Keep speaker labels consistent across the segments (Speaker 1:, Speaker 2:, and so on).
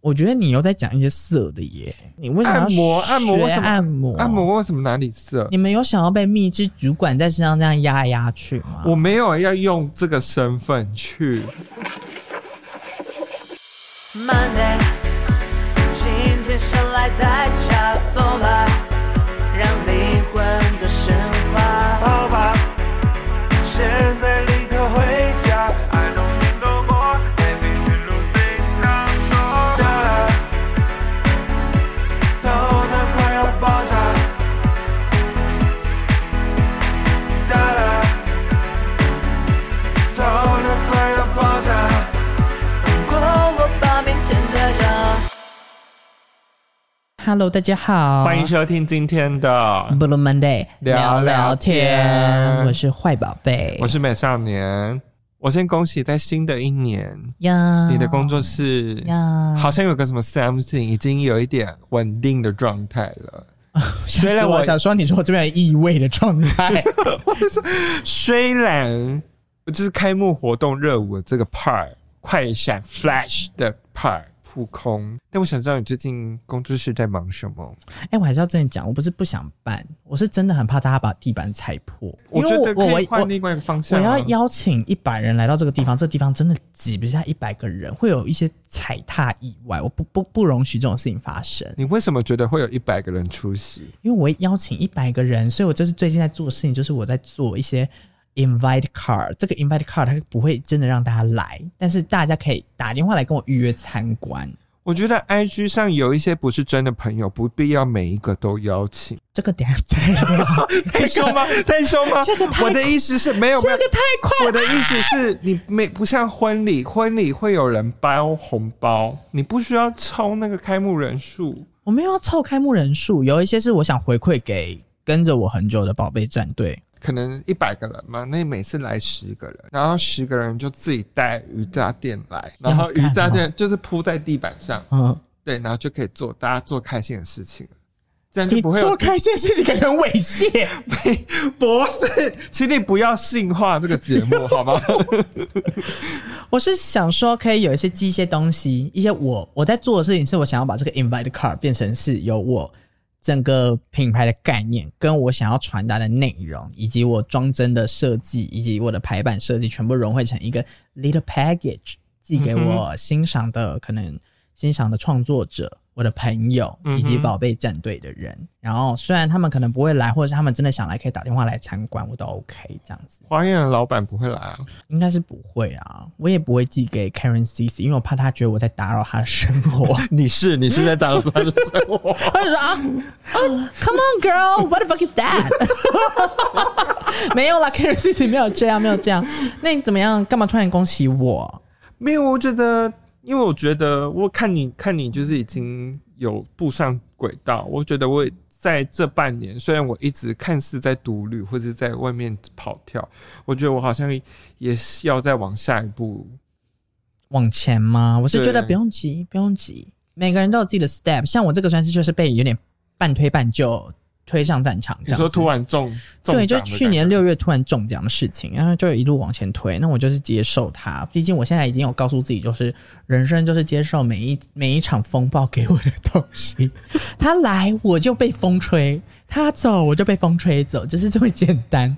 Speaker 1: 我觉得你又在讲一些色的耶，你为什么要
Speaker 2: 按摩按摩
Speaker 1: 学
Speaker 2: 为什么
Speaker 1: 按摩
Speaker 2: 按摩为什么哪里色？
Speaker 1: 你们有想要被秘制主管在身上这样压来压去吗？
Speaker 2: 我没有要用这个身份去。
Speaker 3: Monday，今天生来在恰逢吧，让灵魂的升华。
Speaker 4: 好吧，现在立刻回家。I don't need no more, baby, you losing control. 头脑快要爆炸。哒啦，头脑快要爆炸。
Speaker 3: 如果我把明天再讲。
Speaker 1: Hello，大家好，
Speaker 2: 欢迎收听今天的，
Speaker 1: Blue Monday
Speaker 2: 聊聊天
Speaker 1: 我是坏宝贝
Speaker 2: 我是美少年。我先恭喜，在新的一年，
Speaker 1: 呀，
Speaker 2: 你的工作室
Speaker 1: 呀，
Speaker 2: 好像有个什么 something 已经有一点稳定的状态了。
Speaker 1: 吓死
Speaker 2: 虽然我
Speaker 1: 想说你说我这边有异味的状 态，
Speaker 2: 虽然就是开幕活动热舞的这个 part 快闪 flash 的 part 扑空，但我想知道你最近工作室在忙什么？
Speaker 1: 哎、我还是要真的讲，我不是不想办，我是真的很怕大家把地板踩破，因
Speaker 2: 觉得
Speaker 1: 为我
Speaker 2: 可以
Speaker 1: 我我
Speaker 2: 换另外一个方
Speaker 1: 我
Speaker 2: 向啊、
Speaker 1: 要邀请一百人来到这个地方，这地方真的挤不下一百个人，会有一些踩踏意外，我不不不容许这种事情发生。
Speaker 2: 你为什么觉得会有一百个人出席？
Speaker 1: 因为我会邀请一百个人，所以我就是最近在做的事情，就是我在做一些 invite card。这个 invite card 它不会真的让大家来，但是大家可以打电话来跟我预约参观。
Speaker 2: 我觉得 IG 上有一些不是真的朋友，不必要每一个都邀请。
Speaker 1: 这个等一下再聊，
Speaker 2: 再说吗？再说吗？
Speaker 1: 这个太
Speaker 2: 我的意思是没有没
Speaker 1: 这
Speaker 2: 有
Speaker 1: 个。太快
Speaker 2: 我的意思是你没不像婚礼，婚礼会有人包红包，你不需要抽那个开幕人数。
Speaker 1: 我们要凑开幕人数，有一些是我想回馈给跟着我很久的宝贝战队。
Speaker 2: 可能一百个人嘛，那你每次来十个人，然后十个人就自己带瑜伽垫来，然后瑜伽垫就是铺在地板上，
Speaker 1: 嗯，
Speaker 2: 对，然后就可以做大家做开心的事情了，这样就
Speaker 1: 你
Speaker 2: 不会
Speaker 1: 做
Speaker 2: 有。
Speaker 1: 开心的事情感觉很猥亵。
Speaker 2: 不是，请你不要性化这个节目，好 吗？
Speaker 1: 我是想说，可以有一些记一些东西，一些我我在做的事情，是我想要把这个 invite card 变成是有我整个品牌的概念，跟我想要传达的内容，以及我装帧的设计，以及我的排版设计，全部融汇成一个 little package，寄给我欣赏的、可能欣赏的创作者。我的朋友以及宝贝战队的人，然后虽然他们可能不会来，或者是他们真的想来，可以打电话来参观，我都 OK 这样子。
Speaker 2: 花样的老板不会来啊，
Speaker 1: 应该是不会啊，我也不会寄给 Karen CC，因为我怕她觉得我在打扰她的生活。
Speaker 2: 你是你是在打扰他的生活。
Speaker 1: 她就说啊、啊 c o m on girl，what the fuck is that？没有啦，Karen CC 没有这样，没有这样。那你怎么样？干嘛突然恭喜我？
Speaker 2: 没有，我觉得，因为我觉得，我看你看你就是已经有步上轨道。我觉得我在这半年，虽然我一直看似在独旅或者在外面跑跳，我觉得我好像也是要再往下一步。
Speaker 1: 往前吗？我是觉得
Speaker 2: 对
Speaker 1: 不用急，不用急，每个人都有自己的 step。像我这个算是就是被有点半推半就推上战场这样
Speaker 2: 你
Speaker 1: 子。
Speaker 2: 说突然中中
Speaker 1: 对，就
Speaker 2: 奖的
Speaker 1: 去
Speaker 2: 感觉
Speaker 1: 年六月突然中奖的事情，然后就一路往前推。那我就是接受它，毕竟我现在已经有告诉自己，就是人生就是接受每一每一场风暴给我的东西。 它来我就被风吹，它走我就被风吹走，就是这么简单。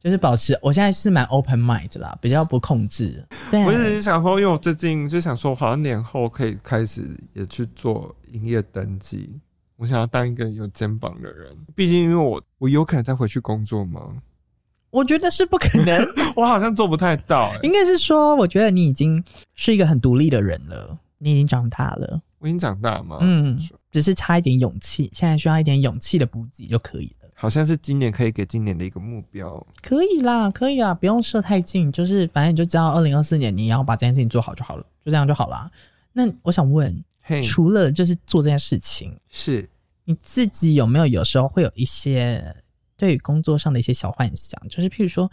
Speaker 1: 就是保持，我现在是蛮 open mind 的啦，比较不控制。对啊，
Speaker 2: 我只是想说，因为我最近就想说，好像年后可以开始也去做营业登记。我想要当一个有肩膀的人，毕竟因为我我有可能再回去工作吗？
Speaker 1: 我觉得是不可能，
Speaker 2: 我好像做不太到、欸。
Speaker 1: 应该是说，我觉得你已经是一个很独立的人了，你已经长大了。
Speaker 2: 我已经长大嘛，
Speaker 1: 嗯，只是差一点勇气，现在需要一点勇气的补给就可以了。
Speaker 2: 好像是今年可以给今年的一个目标。
Speaker 1: 可以啦，可以啦，不用设太近，就是反正你就知道二零二四年你要把这件事情做好就好了，就这样就好啦。那我想问，
Speaker 2: 嘿，
Speaker 1: 除了就是做这件事情，
Speaker 2: 是
Speaker 1: 你自己有没有有时候会有一些对于工作上的一些小幻想？就是譬如说，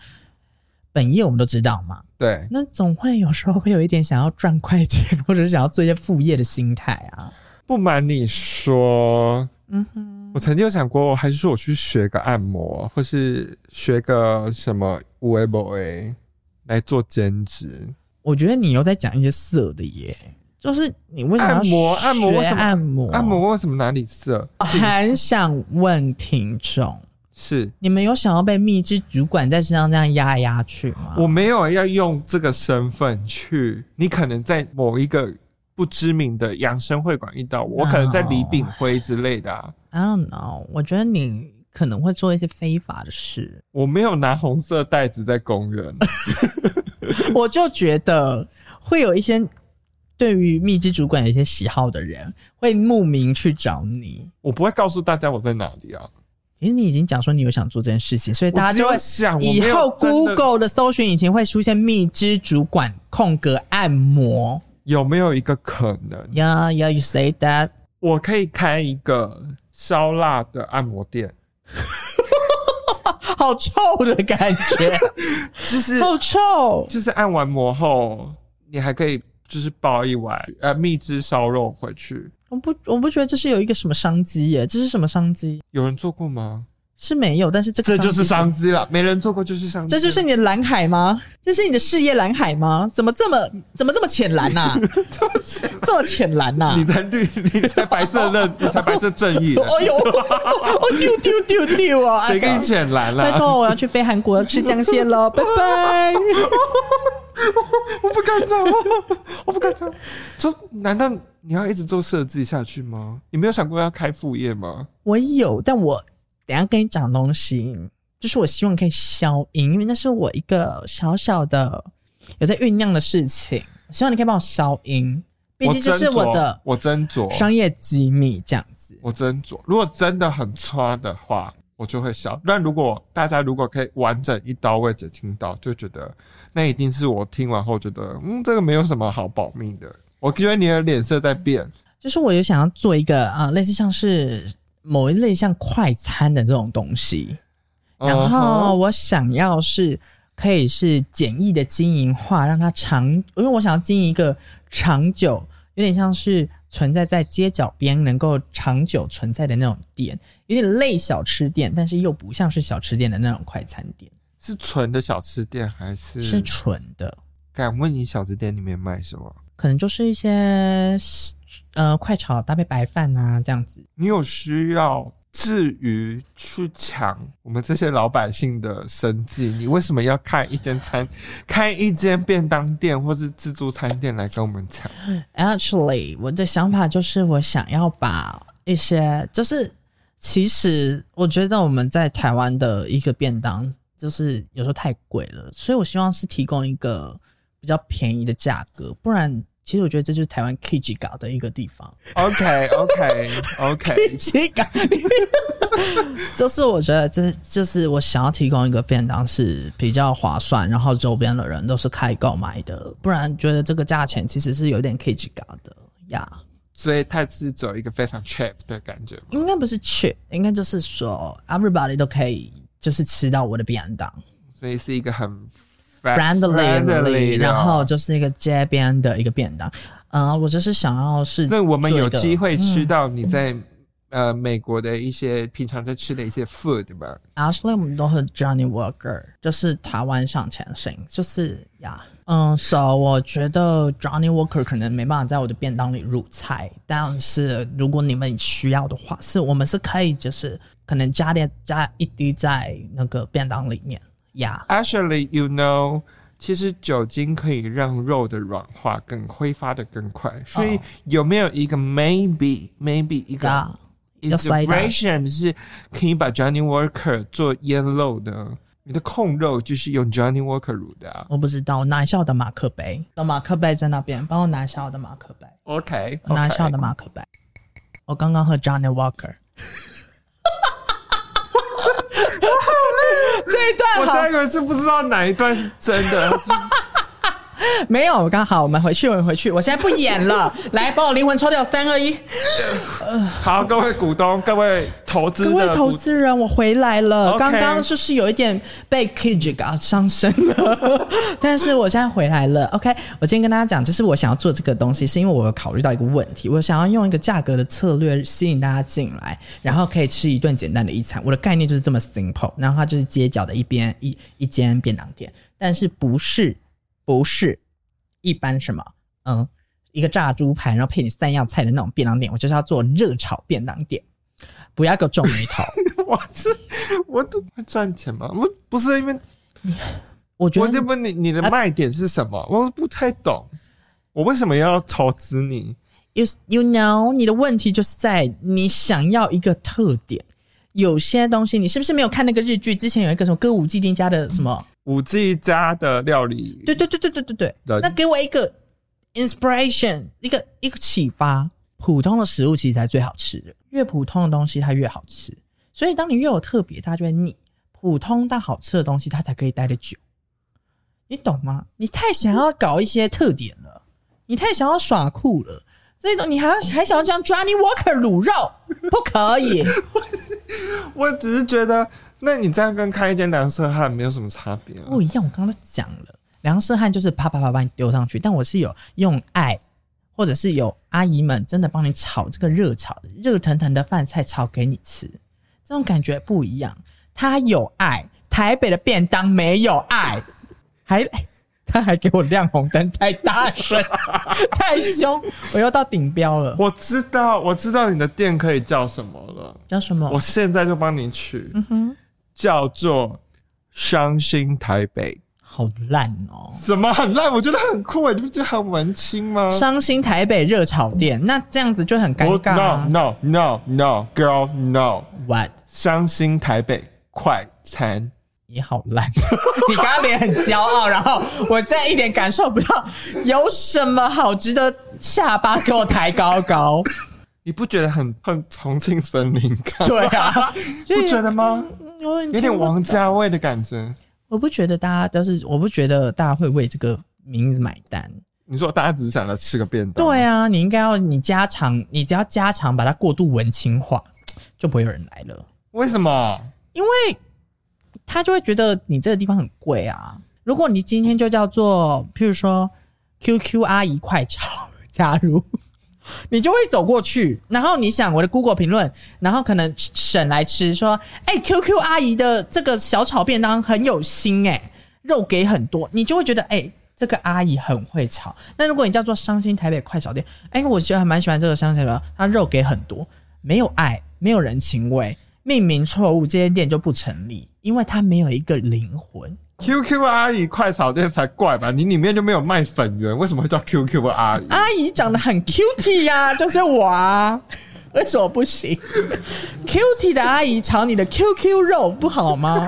Speaker 1: 本业我们都知道嘛，
Speaker 2: 对，
Speaker 1: 那总会有时候会有一点想要赚快钱，或者是想要做一些副业的心态啊。
Speaker 2: 不瞒你说，
Speaker 1: 嗯哼，
Speaker 2: 我曾经有想过，还是说我去学个按摩，或是学个什么五 A 五 A 来做兼职。
Speaker 1: 我觉得你又在讲一些色的耶。就是你为什么要
Speaker 2: 按摩按摩
Speaker 1: 学
Speaker 2: 为什么
Speaker 1: 按摩
Speaker 2: 按摩为什么哪里色？
Speaker 1: 哦很想问听众，
Speaker 2: 是
Speaker 1: 你们有想要被秘制主管在身上这样压来压去吗？
Speaker 2: 我没有要用这个身份去，你可能在某一个不知名的养生会馆遇到我，我可能在李炳辉之类的、啊，
Speaker 1: I don't know，我觉得你可能会做一些非法的事。
Speaker 2: 我没有拿红色袋子在公园，
Speaker 1: 我就觉得会有一些对于秘制主管有一些喜好的人，会慕名去找你。
Speaker 2: 我不会告诉大家我在哪里啊。
Speaker 1: 其实你已经讲说你有想做这件事情，所以大家
Speaker 2: 我只
Speaker 1: 就
Speaker 2: 有
Speaker 1: 会
Speaker 2: 啊想，我
Speaker 1: 以
Speaker 2: 没有
Speaker 1: 后
Speaker 2: 真的
Speaker 1: Google 的搜寻引擎会出现蜜汁主管空格按摩。
Speaker 2: 有没有一个可能，
Speaker 1: Yeah, yeah, you say that。
Speaker 2: 我可以开一个烧腊的按摩店？
Speaker 1: 好臭的感 觉，
Speaker 2: 就是
Speaker 1: 好臭。
Speaker 2: 就是按完摩后，你还可以就是煲一碗呃蜜汁烧肉回去。
Speaker 1: 我不，我不觉得这是有一个什么商机耶，这是什么商机？
Speaker 2: 有人做过吗？
Speaker 1: 是没有，但是这个
Speaker 2: 这就
Speaker 1: 商
Speaker 2: 是
Speaker 1: 机
Speaker 2: 商机了，没人做过就是商机。
Speaker 1: 这就是你的蓝海吗？这是你的事业蓝海吗？怎么这么怎么这么浅蓝呐、 这么浅蓝啊呐、
Speaker 2: 你才绿，你才白色的，你才白色正 义的。
Speaker 1: 哦呦，我丢丢丢丢啊！
Speaker 2: 谁给你浅蓝了、
Speaker 1: 拜托，我要去飞韩国吃江蟹喽，拜拜！
Speaker 2: 我不敢讲， 我不敢讲。说，难道你要一直做设计下去吗？你没有想过要开副业吗？
Speaker 1: 我有，但我等一下跟你讲东西，就是我希望可以消音，因为那是我一个小小的有在酝酿的事情，希望你可以帮我消音，毕竟这是我的
Speaker 2: 我斟酌，我斟酌，
Speaker 1: 商业机密，这样子。
Speaker 2: 我斟酌。如果真的很差的话，我就会笑。但如果大家如果可以完整一刀位置听到，就觉得那一定是我听完后觉得，嗯，这个没有什么好保密的。我觉得你的脸色在变，
Speaker 1: 就是我有想要做一个啊、呃类似像是某一类像快餐的这种东西，然后
Speaker 2: 嗯哼
Speaker 1: 我想要是可以是简易的经营化，让它长，因为我想要经营一个长久，有点像是存在在街角边能够长久存在的那种店，有点类小吃店，但是又不像是小吃店的那种快餐店，
Speaker 2: 是纯的小吃店还是？
Speaker 1: 是纯的，
Speaker 2: 敢问你小吃店里面卖什么？
Speaker 1: 可能就是一些呃快炒搭配白饭啊这样子。
Speaker 2: 你有需要至于去抢我们这些老百姓的生计？你为什么要开一间餐，开一间便当店或是自助餐店来跟我们抢？
Speaker 1: Actually，我的想法就是，我想要把一些，就是其实我觉得我们在台湾的一个便当，就是有时候太贵了，所以我希望是提供一个比较便宜的价格，不然其实我觉得这就是台湾 K G 搞的一个地方。
Speaker 2: OK OK OK，
Speaker 1: K G 搞，就是我觉得这就是我想要提供一个便当是比较划算，然后周边的人都是开购买的，不然觉得这个价钱其实是有点 K G 搞的呀。
Speaker 2: 所以它是走一个非常 cheap 的感觉吗？
Speaker 1: 应该不是 cheap，应该就是说 everybody 都可以就是吃到我的便当
Speaker 2: 所以是一个很
Speaker 1: friendly，
Speaker 2: 的
Speaker 1: 然后就是一个街边的一个便当。嗯，我就是想要是
Speaker 2: 那我们有机会
Speaker 1: 做一
Speaker 2: 吃
Speaker 1: 个。嗯
Speaker 2: 到你在、呃美国的一些平常在吃的一些 food 吧？
Speaker 1: 嗯 Ashley，我们都是 Johnny Walker，就是台湾向前行，就是呀嗯，so 我觉得 Johnny Walker 可能没办法在我的便当里入菜，但是如果你们需要的话，是我们是可以就是可能加点加一滴在那个便当里面呀。
Speaker 2: Actually, you know，其实酒精可以让肉的软化更挥发的更快，所
Speaker 1: 哦
Speaker 2: 以有没有一个 maybe maybe 一个
Speaker 1: Yeah. 要塞到
Speaker 2: inspiration 是可以把 Johnny Walker 做腌肉的？你的控肉就是用 Johnny Walker 乳的、啊。
Speaker 1: 我不知道，我拿一下我的马克杯，我的马克杯在那边，帮我拿一下我的马克杯，
Speaker 2: OK，,
Speaker 1: 我拿一下我的马克杯。我刚刚喝 Johnny Walker。这一
Speaker 2: 我
Speaker 1: 段
Speaker 2: 下一
Speaker 1: 好
Speaker 2: 个是不知道哪一段是真的，是
Speaker 1: 没有，刚好我们回去，我们回去，我现在不演了，来把我灵魂抽掉，三二一，
Speaker 2: 好，各位股东，各位投资的
Speaker 1: 各
Speaker 2: 股，
Speaker 1: 位投资人，我回来了，
Speaker 2: OK
Speaker 1: 呃刚刚就是有一点被 Kid 搞伤身了， 但是我现在回来了。OK，我今天跟大家讲，就是我想要做这个东西，是因为我有考虑到一个问题，我想要用一个价格的策略吸引大家进来，然后可以吃一顿简单的一餐。我的概念就是这么 simple，然后它就是街角的一边一一间便当店，但是不是不是一般什么嗯一个炸猪排，然后配你三样菜的那种便当店，我就是要做热炒便当店，不要给我皱眉头。
Speaker 2: 我这我都会赚钱吗？我不是因为
Speaker 1: 我觉
Speaker 2: 我这
Speaker 1: 得
Speaker 2: 不你你的
Speaker 1: 啊
Speaker 2: 卖点是什么？我不太懂，我为什么要投资你？
Speaker 1: you you know 你的问题就是在你想要一个特点，有些东西你是不是没有看那个日剧？之前有一个什么歌舞伎町家的什么？
Speaker 2: 五 G 家的料理，
Speaker 1: 对对对对对对对，
Speaker 2: 对
Speaker 1: 那给我一个 inspiration，一个一个启发。普通的食物其实才是最好吃的，越普通的东西它越好吃。所以当你越有特别，大家就会腻。普通但好吃的东西，它才可以待得久。你懂吗？你太想要搞一些特点了，你太想要耍酷了。这种你还要还想要这样 Johnny Walker 卤肉，不可以。
Speaker 2: 我只是觉得，那你这样跟开一间凉色汉没有什么差别、啊。
Speaker 1: 不一样。我刚刚都讲了，梁世汉就是啪啪啪把你丢上去，但我是有用爱，或者是有阿姨们真的帮你炒这个热炒的热腾腾的饭菜炒给你吃，这种感觉不一样。他有爱，台北的便当没有爱，还他还给我亮红灯，太大声，太凶，我又到顶标了。
Speaker 2: 我知道，我知道你的店可以叫什么了，
Speaker 1: 叫什么
Speaker 2: 我？现在就帮你取，
Speaker 1: 嗯
Speaker 2: 叫做“伤心台北
Speaker 1: 好烂哦！”。
Speaker 2: 什么很烂？我觉得很酷哎，你不觉得很文青吗？
Speaker 1: 伤心台北热炒店，那这样子就很尴
Speaker 2: 我
Speaker 1: 尬、啊。
Speaker 2: No no no no girl no，
Speaker 1: What？
Speaker 2: 伤心台北快餐。
Speaker 1: 你好烂！你刚刚脸很骄傲，然后我现在一点感受不到有什么好值得下巴给我抬高高。
Speaker 2: 你不觉得很很重庆森林感？
Speaker 1: 对 嗯啊，
Speaker 2: 不觉得吗？
Speaker 1: 有
Speaker 2: 有点王家卫的感觉。
Speaker 1: 我不觉得大家都是，我不觉得大家会为这个名字买单。
Speaker 2: 你说大家只是想来吃个便当，
Speaker 1: 对啊，你应该要你加长，你只要加长把它过度文青化，就不会有人来了，
Speaker 2: 为什么？
Speaker 1: 因为他就会觉得你这个地方很贵啊。如果你今天就叫做，譬如说 QQ 阿姨快炒 加入，你就会走过去，然后你想我的 Google 评论，然后可能沈来吃说，哎、q q 阿姨的这个小炒便当很有心哎、肉给很多，你就会觉得哎、这个阿姨很会炒。那如果你叫做伤心台北快炒店，哎、我觉得还蛮喜欢这个伤心台北，它肉给很多，没有爱，没有人情味，命名错误，这间店就不成立，因为它没有一个灵魂。
Speaker 2: QQ 阿姨快炒店才怪吧？你里面就没有卖粉圆，为什么会叫 QQ 阿姨？
Speaker 1: 阿姨长得很 cute 呀、就是我啊，为什么不行？cute 的阿姨炒你的 QQ 肉不好吗？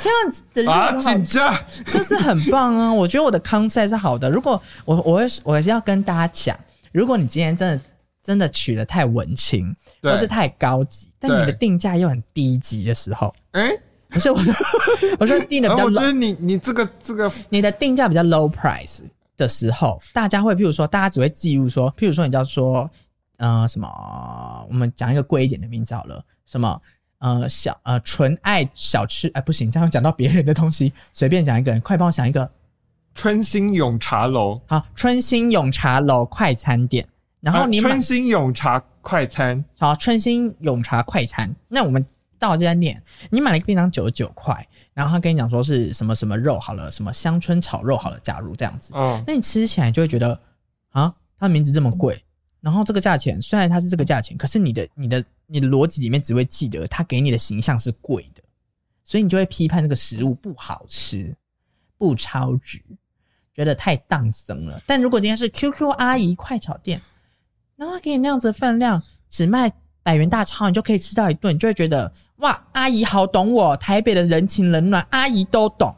Speaker 1: 这样子的日子
Speaker 2: 啊，
Speaker 1: 好
Speaker 2: 紧张！
Speaker 1: 就是很棒啊！我觉得我的 concept 是好的。如果我我会我要跟大家讲，如果你今天真的真的取得太文青，
Speaker 2: 对
Speaker 1: 或是太高级，但你的
Speaker 2: 对
Speaker 1: 定价又很低级的时候，
Speaker 2: 哎、
Speaker 1: 不是我， 我说定的比
Speaker 2: 然后
Speaker 1: 较
Speaker 2: 啊我觉
Speaker 1: low，、
Speaker 2: 得你你这个这个
Speaker 1: 你的定价比较 low price 的时候，大家会，譬如说，大家只会记录说，譬如说，你叫说，呃，什么，我们讲一个贵一点的名字好了，什么，呃，小呃纯爱小吃，哎、不行，这样讲到别人的东西，随便讲一个，快帮我想一个，
Speaker 2: 春兴永茶楼，
Speaker 1: 好，春兴永茶楼快餐店，然后
Speaker 2: 呃
Speaker 1: 你买
Speaker 2: 春兴永茶快餐，
Speaker 1: 好，春兴永茶快餐。那我们到这家店，你买了一个便当九十九块，然后他跟你讲说是什么什么肉好了，什么香椿炒肉好了，假如这样子，
Speaker 2: 嗯，
Speaker 1: 那你吃起来就会觉得啊，它的名字这么贵，然后这个价钱虽然它是这个价钱，可是你的你的你的逻辑里面只会记得它给你的形象是贵的，所以你就会批判这个食物不好吃、不超值，觉得太荡生了。但如果今天是 QQ 阿姨快炒店，然后给你那样子的分量，只卖百元大钞，你就可以吃到一顿，你就会觉得哇，阿姨好懂我，台北的人情冷暖，阿姨都懂。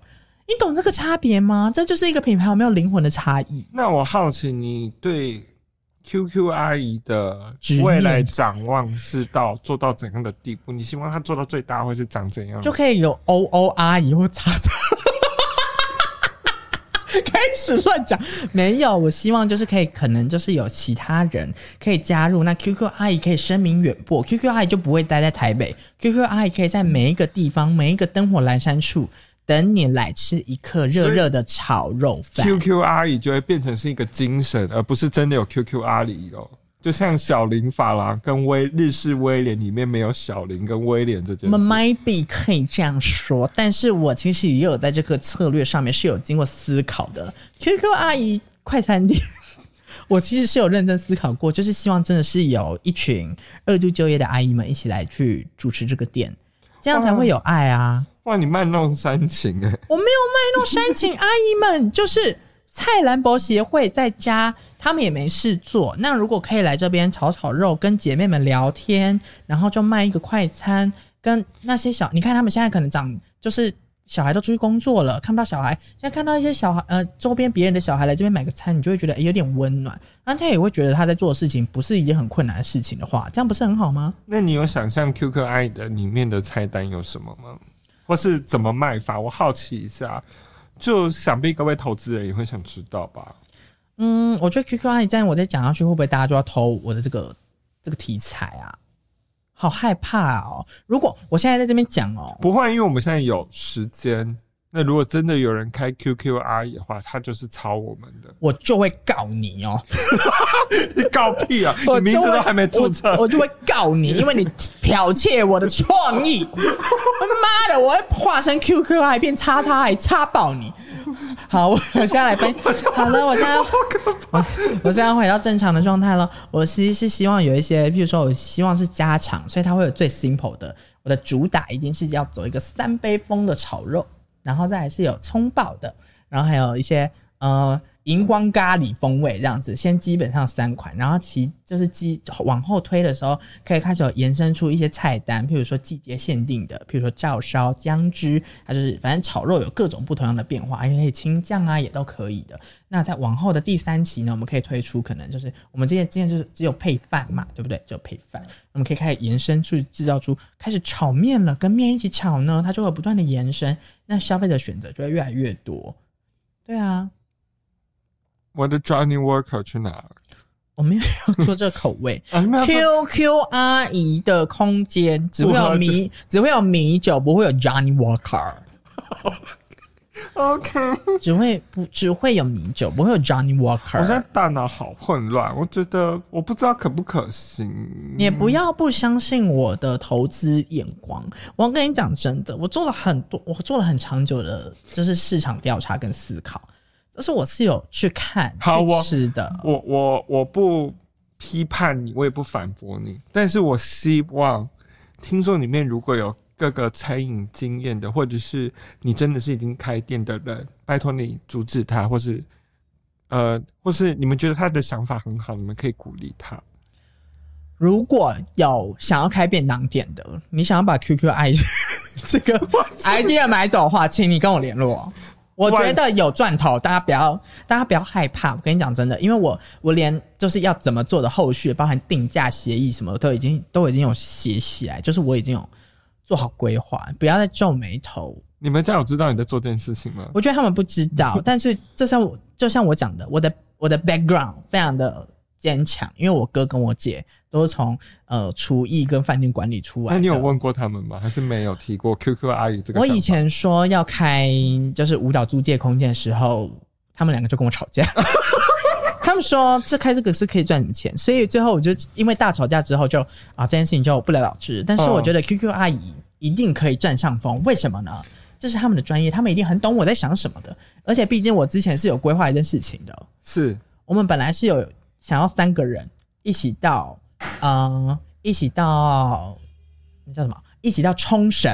Speaker 1: 你懂这个差别吗？这就是一个品牌有没有灵魂的差异。
Speaker 2: 那我好奇你对 QQ 阿姨 E 的
Speaker 1: 执念
Speaker 2: 未来展望是到做到怎样的地步？你希望她做到最大会是长怎样？
Speaker 1: 就可以有欧欧阿姨或叉 叉。开始乱讲，没有。我希望就是可以，可能就是有其他人可以加入。那 QQ 阿姨可以声名远播，QQ 阿姨就不会待在台北，QQ 阿姨可以在每一个地方、每一个灯火阑珊处等你来吃一客热热的炒肉饭。
Speaker 2: QQ 阿 E 姨就会变成是一个精神，而不是真的有 QQ 阿姨哦。就像小林法郎跟威日式威廉里面没有小林跟威廉这件
Speaker 1: 我们
Speaker 2: 事。
Speaker 1: maybe 可以这样说，但是我其实也有在这个策略上面是有经过思考的。QQ 阿姨快餐店， 我其实是有认真思考过，就是希望真的是有一群二度就业的阿姨们一起来去主持这个店，这样才会有爱啊！
Speaker 2: 哇，你卖弄煽情哎、
Speaker 1: 我没有卖弄煽情，阿姨们就是菜篮博协会在家，他们也没事做。那如果可以来这边炒炒肉，跟姐妹们聊天，然后就卖一个快餐，跟那些小，你看他们现在可能长就是。小孩都出去工作了，看不到小孩。现在看到一些小孩，呃，周边别人的小孩来这边买个餐，你就会觉得、哎诶有点温暖。啊那他也会觉得他在做的事情不是一件很困难的事情的话，这样不是很好吗？
Speaker 2: 那你有想象 QQ 爱 E 的里面的菜单有什么吗？或是怎么卖法？我好奇一下，就想必各位投资人也会想知道吧。
Speaker 1: 嗯， 我觉得 QQ 阿姨这样我再讲下去，会不会大家就要偷我的这个这个题材啊？好害怕哦！如果我现在在这边讲哦，。
Speaker 2: 不会，因为我们现在有时间。那如果真的有人开 QQ 阿姨的话，他就是抄我们的
Speaker 1: 我就会告你哦，
Speaker 2: 你告屁啊！ 你
Speaker 1: 我
Speaker 2: 名
Speaker 1: 就
Speaker 2: 字
Speaker 1: 会
Speaker 2: 都还没注册
Speaker 1: 我，我就会告 你，因为你剽窃我的创意。妈的，我会化身 QQ 还变叉叉，还插爆你！好，我现在来 分。好的，我现在我我现在回到正常的状态了。我其实是希望有一些，比如说我希望是家常，所以它会有最 simple 的。我的主打一定是要走一个三杯风的炒肉，然后再来是有葱爆的，然后还有一些呃荧光咖喱风味这样子。先基本上三款，然后其就是基往后推的时候，可以开始有延伸出一些菜单，譬如说季节限定的，譬如说照烧、姜汁，它就是反正炒肉有各种不同样的变化，因为可以青酱啊也都可以的。那在往后的第三期呢，我们可以推出可能就是我们之前之前就是只有配饭嘛，对不对？只有配饭，我们可以开始延伸去制造出开始炒面了，跟面一起炒呢，它就会不断的延伸，那消费者选择就会越来越多。对啊，
Speaker 2: 我的 Johnny Walker 去哪了？
Speaker 1: 我们要做这个口 味。
Speaker 2: 啊，你们要做
Speaker 1: QQ 阿姨的空间只会有米，只会有米酒，不会有 Johnny Walker。
Speaker 2: OK。
Speaker 1: 只会不只会有米酒，不会有 Johnny
Speaker 2: 我现在
Speaker 1: Walker。
Speaker 2: 大脑好混乱，我觉得我不知道可不可行。
Speaker 1: 你也不要不相信我的投资眼光。我跟你讲真的，我做了很多，我做了很长久的，就是市场调查跟思考，就是我是有去看
Speaker 2: 好
Speaker 1: 去
Speaker 2: 我
Speaker 1: 吃的。
Speaker 2: 我我我不批判你，我也不反驳你，但是我希望听众里面如果有各个餐饮经验的，或者是你真的是已经开店的人，拜托你阻止他，或是呃，或是你们觉得他的想法很好，你们可以鼓励他。
Speaker 1: 如果有想要开便当店的，你想要把 QQ 爱 这个 idea 买走的话，请你跟我联络。我觉得有赚头，大家不要，大家不要害怕。我跟你讲真的，因为我我连就是要怎么做的后续，包含定价协议什么，都已经都已经有写起来，就是我已经有做好规划，不要再皱眉头。
Speaker 2: 你们这样有知道你在做这件事情吗？
Speaker 1: 我觉得他们不知 道，但是就像我就像我讲的，我的我的 background 非常的坚强，因为我哥跟我姐都是从呃厨艺跟饭店管理出来
Speaker 2: 那
Speaker 1: 的。
Speaker 2: 你有问过他们吗？还是没有提过 QQ 阿姨这个想法？
Speaker 1: 我以前说要开就是舞蹈租借空间的时候，他们两个就跟我吵 架。他们说这开这个是可以赚你们钱，所以最后我就因为大吵架之后就啊这件事情就不了了之。但是
Speaker 2: 哦
Speaker 1: 我觉得 QQ 阿姨一定可以占上风，为什么呢？这是他们的专业，他们一定很懂我在想什么的。而且毕竟我之前是有规划一件事情的，
Speaker 2: 是
Speaker 1: 我们本来是有想要三个人一起到，嗯，一起到那叫什么？一起到冲绳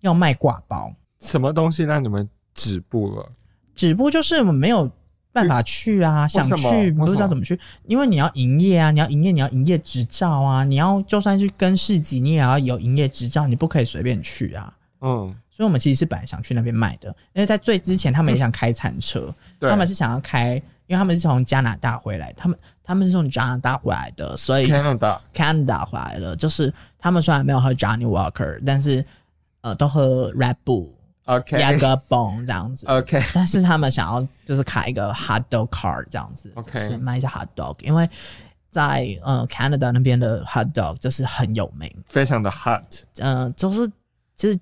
Speaker 1: 要卖挂包，
Speaker 2: 什么东西让你们止步了？
Speaker 1: 只不过就是我们没有办法去啊，想
Speaker 2: 什么
Speaker 1: 去
Speaker 2: 为什么
Speaker 1: 不知道怎么去，因为你要营业啊，你要营业，你要营业执照啊，你要就算去跟市集，你也要有营业执照，你不可以随便去啊。
Speaker 2: 嗯，
Speaker 1: 所以我们其实是本来想去那边卖的，因为在最之前他们也想开餐车，
Speaker 2: 嗯对
Speaker 1: 他们是想要开，因为他们是从加拿大回来，他们他们是从加拿大回来的，所以
Speaker 2: Canada
Speaker 1: Canada 回来了，就是他们虽然没有喝 Johnny Walker，但是呃都喝 Red Bull、
Speaker 2: OK
Speaker 1: 雅各泵这样子。
Speaker 2: OK
Speaker 1: 但是他们想要就是卡一个 hot dog card 这样子
Speaker 2: OK
Speaker 1: 就是卖一下 hot dog，因为在呃 Canada 那边的 hot dog 就是很有名，
Speaker 2: 非常的 hot。
Speaker 1: 呃，就是就是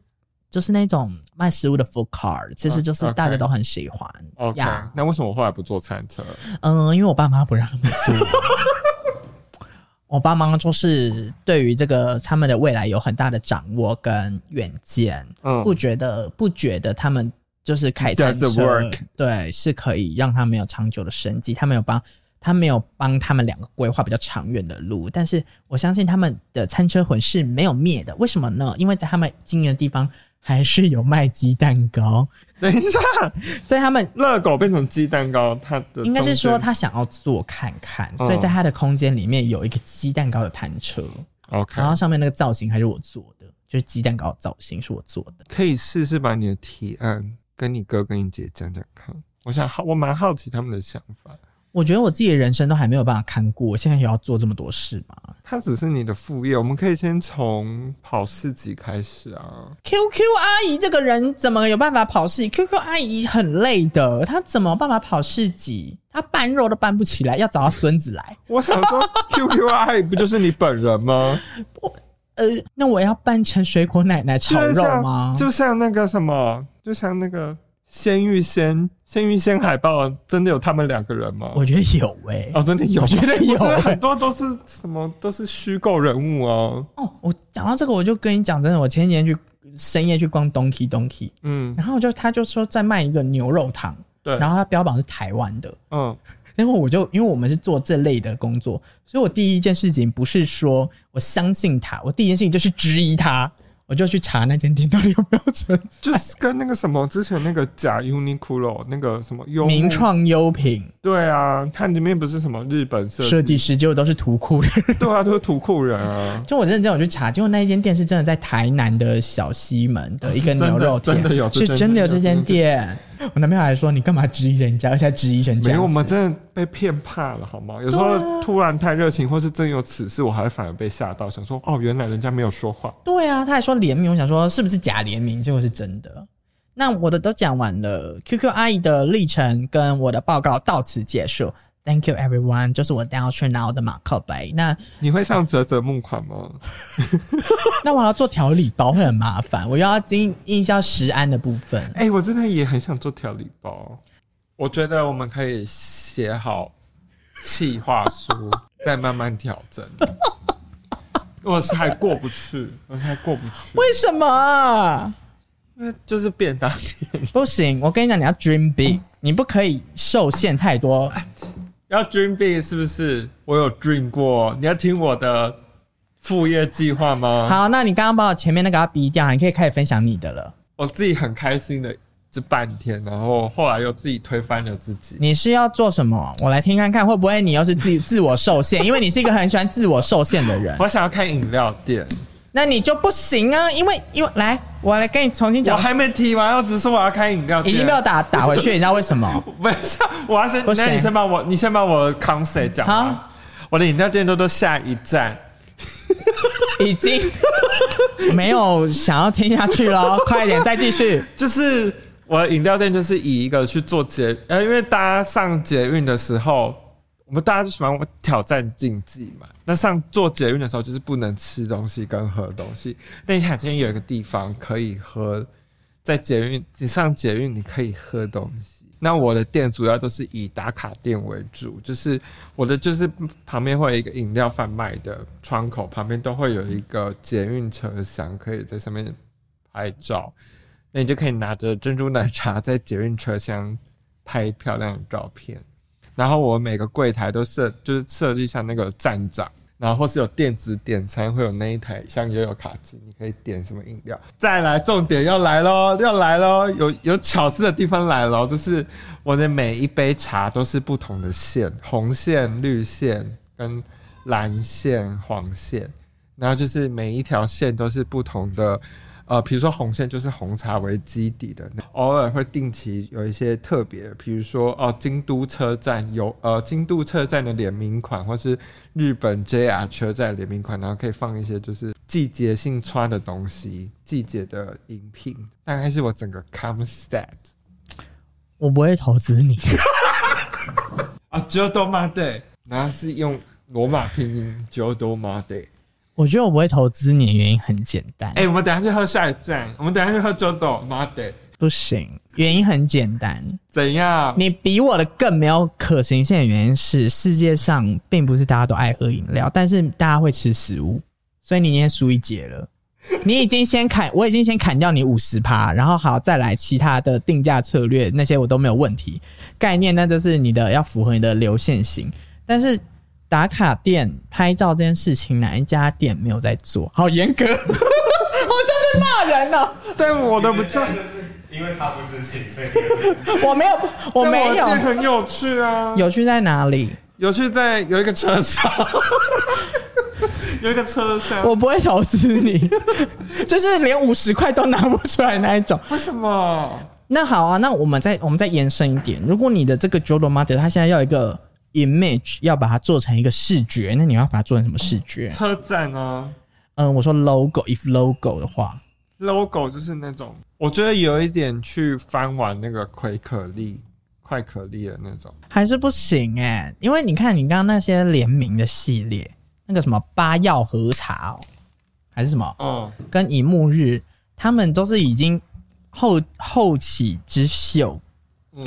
Speaker 1: 就是那种卖食物的 food card，其实就是
Speaker 2: 嗯，OK
Speaker 1: 大家都很喜欢
Speaker 2: OK，、
Speaker 1: 呀
Speaker 2: 那为什么我后来不坐餐车？
Speaker 1: 嗯，因为我爸妈不让他们做。 我爸妈就是对于这个他们的未来有很大的掌握跟远见，
Speaker 2: 嗯
Speaker 1: 不觉得不觉得他们就是开餐
Speaker 2: Does
Speaker 1: 车
Speaker 2: the work
Speaker 1: 对，是可以让他们有长久的生计，他们有帮。他没有帮他们两个规划比较长远的路，但是我相信他们的餐车魂是没有灭的。为什么呢？因为在他们经营的地方还是有卖鸡蛋糕，
Speaker 2: 等一下，
Speaker 1: 在他们
Speaker 2: 热狗变成鸡蛋糕，它的
Speaker 1: 应该是说
Speaker 2: 中间
Speaker 1: 他想要做看看，
Speaker 2: 嗯
Speaker 1: 所以在他的空间里面有一个鸡蛋糕的摊车，
Speaker 2: OK，
Speaker 1: 然后上面那个造型还是我做的，就是鸡蛋糕的造型是我做的。
Speaker 2: 可以试试把你的提案跟你哥跟你姐讲讲看。我想好，我蛮好奇他们的想法。
Speaker 1: 我觉得我自己的人生都还没有办法看过，我现在也要做这么多事嘛。
Speaker 2: 它只是你的副业，我们可以先从跑市集开始啊。
Speaker 1: QQ 阿姨这个人怎么有办法跑市集？QQ 阿姨很累的，她怎么有办法跑市集？她搬肉都搬不起来，要找她孙子来。
Speaker 2: 我想 说，QQ 阿姨不就是你本人吗？
Speaker 1: 呃，那我要扮成水果奶奶炒
Speaker 2: 就
Speaker 1: 肉
Speaker 2: 像
Speaker 1: 吗？
Speaker 2: 就像那个什么，就像那个鲜芋仙，鲜芋仙海报啊真的有他们两个人吗？
Speaker 1: 我觉得有诶、
Speaker 2: 哦，真的有，
Speaker 1: 我觉得 有
Speaker 2: 我
Speaker 1: 欸
Speaker 2: 很多都是什么都是虚构人物哦。
Speaker 1: 哦，我讲到这个，我就跟你讲真的，我前几天去深夜去逛 Donkey Donkey，
Speaker 2: 嗯，
Speaker 1: 然后就他就说在卖一个牛肉汤，
Speaker 2: 对，
Speaker 1: 然后他标榜是台湾的，
Speaker 2: 嗯，
Speaker 1: 然后我就因为我们是做这类的工作，所以我第一件事情不是说我相信他，我第一件事情就是质疑他，我就去查那间店到底有没有存
Speaker 2: 就是跟那个什么之前那个假 Uniqlo 那个什么幽默
Speaker 1: 名创优品
Speaker 2: 对啊，它里面不是什么日本设
Speaker 1: 设计师，结果都是图库的。
Speaker 2: 对啊，都是土库人啊。
Speaker 1: 就我认真我去查，结果那一间店是真的在台南的小西门的一个牛肉店，
Speaker 2: 哦真的真的有
Speaker 1: 是
Speaker 2: 这间
Speaker 1: 真的有这
Speaker 2: 店
Speaker 1: 间店。我男朋友还说你干嘛质疑人家，而且还质疑成这
Speaker 2: 没
Speaker 1: 样子。啊
Speaker 2: 有，我们真的被骗怕了，好吗？有时候突然太热情，或是真有此事，我还反而被吓到，想说哦，原来人家没有说话。
Speaker 1: 对啊，他还说联名，我想说是不是假联名，结果是真的。那我的都讲完了，QQ 阿姨的历程跟我的报告到此结束。Thank you everyone，就是我要去拿我的马克杯。那
Speaker 2: 你会上泽泽募款吗？
Speaker 1: 那我要做调理包会很麻烦，我又要经营一下食安的部分。
Speaker 2: 哎、我真的也很想做调理包。我觉得我们可以写好企划书，再慢慢调整。 我是还过不去，我是还过不去，
Speaker 1: 为什么啊？
Speaker 2: 因为就是便当店
Speaker 1: 不行，我跟你讲，你要 dream big，你不可以受限太多。
Speaker 2: 要 dream big 是不是？我有 dream 过，你要听我的副业计划吗？
Speaker 1: 好，那你刚刚把我前面那个要逼掉，你可以开始分享你的了。
Speaker 2: 我自己很开心的这半天，然后后来又自己推翻了自己。
Speaker 1: 你是要做什么？我来听看看，会不会你又是自自我受 限？因为你是一个很喜欢自我受限的人，
Speaker 2: 我想要开饮料店，
Speaker 1: 那你就不行啊！因为因为来，我来跟你重新
Speaker 2: 我
Speaker 1: 讲，
Speaker 2: 还没提完，我只是我要开饮料店，
Speaker 1: 已经被我打打回去，你知道为什 么？
Speaker 2: 不是，我要先，
Speaker 1: 不行
Speaker 2: 那你先帮我，你先帮我 concept 讲完
Speaker 1: 好。
Speaker 2: 我的饮料店都都下一站，
Speaker 1: 已 经没有想要听下去了，快点再继续。
Speaker 2: 就是我的饮料店就是以一个去做捷，呃，因为大家上捷运的时候，我们大家就喜欢挑战竞技嘛。那上做捷运的时候，就是不能吃东西跟喝东西。但你想，今天有一个地方可以喝，在捷运你上捷运你可以喝东西。那我的店主要都是以打卡店为主，就是我的就是旁边会有一个饮料贩卖的窗口，旁边都会有一个捷运车厢，可以在上面拍照。那你就可以拿着珍珠奶茶 在捷运车厢拍漂亮的照片。然后我每个柜台都设，就是设立像那个站长，然后或是有电子点餐，会有那一台像也有卡机，你可以点什么饮料。再来，重点要来喽，要来喽，有有巧思的地方来喽，就是我的每一杯茶都是不同的线，红线、绿线跟蓝线、黄线，然后就是每一条线都是不同的。呃，比如说红线就是红茶为基底的，偶尔会定期有一些特别，比如说哦、京都车站有呃京都车站的联名款，或是日本 JR 车站联名款，然后可以放一些就是季节性穿的东西，季节的饮品，大概是我整个 concept
Speaker 1: 我不会投资你，
Speaker 2: 啊 j o d o m a d 然后是用罗马拼音 j o d o m a d
Speaker 1: 我觉得我不会投资你的原因很简单，
Speaker 2: 哎、我们等一下去喝下一站，我们等一下去喝 j o d o m a d
Speaker 1: 不行，原因很简单，
Speaker 2: 怎样？
Speaker 1: 你比我的更没有可行性的原因是，世界 上并不是大家都爱喝饮料，但是大家会吃食物，所以你也输一截了。你已经先砍，我已经先砍掉你五十趴，然后好再来其他的定价策略那些我都没有问题。概念那就是你的要符合你的流线型，但是打卡店拍照这件事情，哪一家店没有在做？好严 格，好像在骂人哦、
Speaker 2: 但我的不知道，
Speaker 5: 因为他不自信，所以
Speaker 1: 我没有，我
Speaker 2: 但
Speaker 1: 没
Speaker 2: 我
Speaker 1: 有
Speaker 2: 这。很有趣啊。
Speaker 1: 有趣在哪里？
Speaker 2: 有去在有一个 车上，有一个车上，
Speaker 1: 我不会投资你， 就是连五十块都拿不出来那一种。
Speaker 2: 为什么？
Speaker 1: 那好啊，那我们再我们再延伸一点，如果你的这个 Jordan Model 它现在要一个 image，要把它做成一个视觉，那你要把它做成什么视觉？
Speaker 2: 车站啊
Speaker 1: 嗯，我说 logo，if logo 的话，
Speaker 2: ，logo 就是那种，我觉得有一点去翻玩那个奎可力、快可力的那种。
Speaker 1: 还是不行哎、因为你看你刚刚那些联名的系列，那个什么八药和茶、哦，还是什么
Speaker 2: 哦，
Speaker 1: 跟以木日，他们都是已经后后起之秀，
Speaker 2: 嗯，